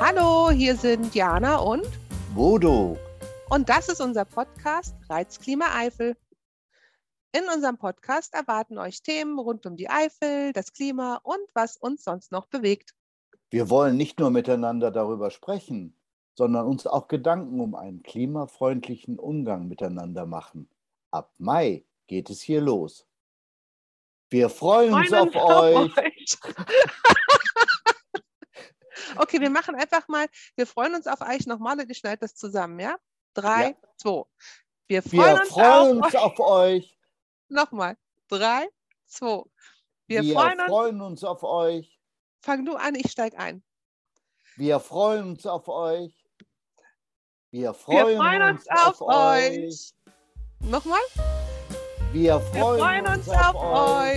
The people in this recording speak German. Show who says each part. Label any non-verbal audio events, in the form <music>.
Speaker 1: Hallo, hier sind Jana und
Speaker 2: Bodo.
Speaker 1: Und das ist unser Podcast Reizklima Eifel. In unserem Podcast erwarten euch Themen rund um die Eifel, das Klima und was uns sonst noch bewegt.
Speaker 2: Wir wollen nicht nur miteinander darüber sprechen, sondern uns auch Gedanken um einen klimafreundlichen Umgang miteinander machen. Ab Mai geht es hier los. <laughs> Wir freuen uns auf euch.
Speaker 1: <laughs> Okay, wir machen einfach mal, wir freuen uns auf euch, nochmal und ich schneide das zusammen, ja? Drei,
Speaker 2: Ja.
Speaker 1: zwei. Wir freuen
Speaker 2: Wir
Speaker 1: uns
Speaker 2: freuen
Speaker 1: auf
Speaker 2: uns auf euch.
Speaker 1: Nochmal. Drei, zwei. Wir freuen uns.
Speaker 2: uns auf euch.
Speaker 1: Fang du an, ich steig ein.
Speaker 2: Wir freuen uns auf euch. Wir
Speaker 1: Wir
Speaker 2: freuen, uns auf euch.
Speaker 1: Nochmal?
Speaker 2: Wir freuen, uns auf euch.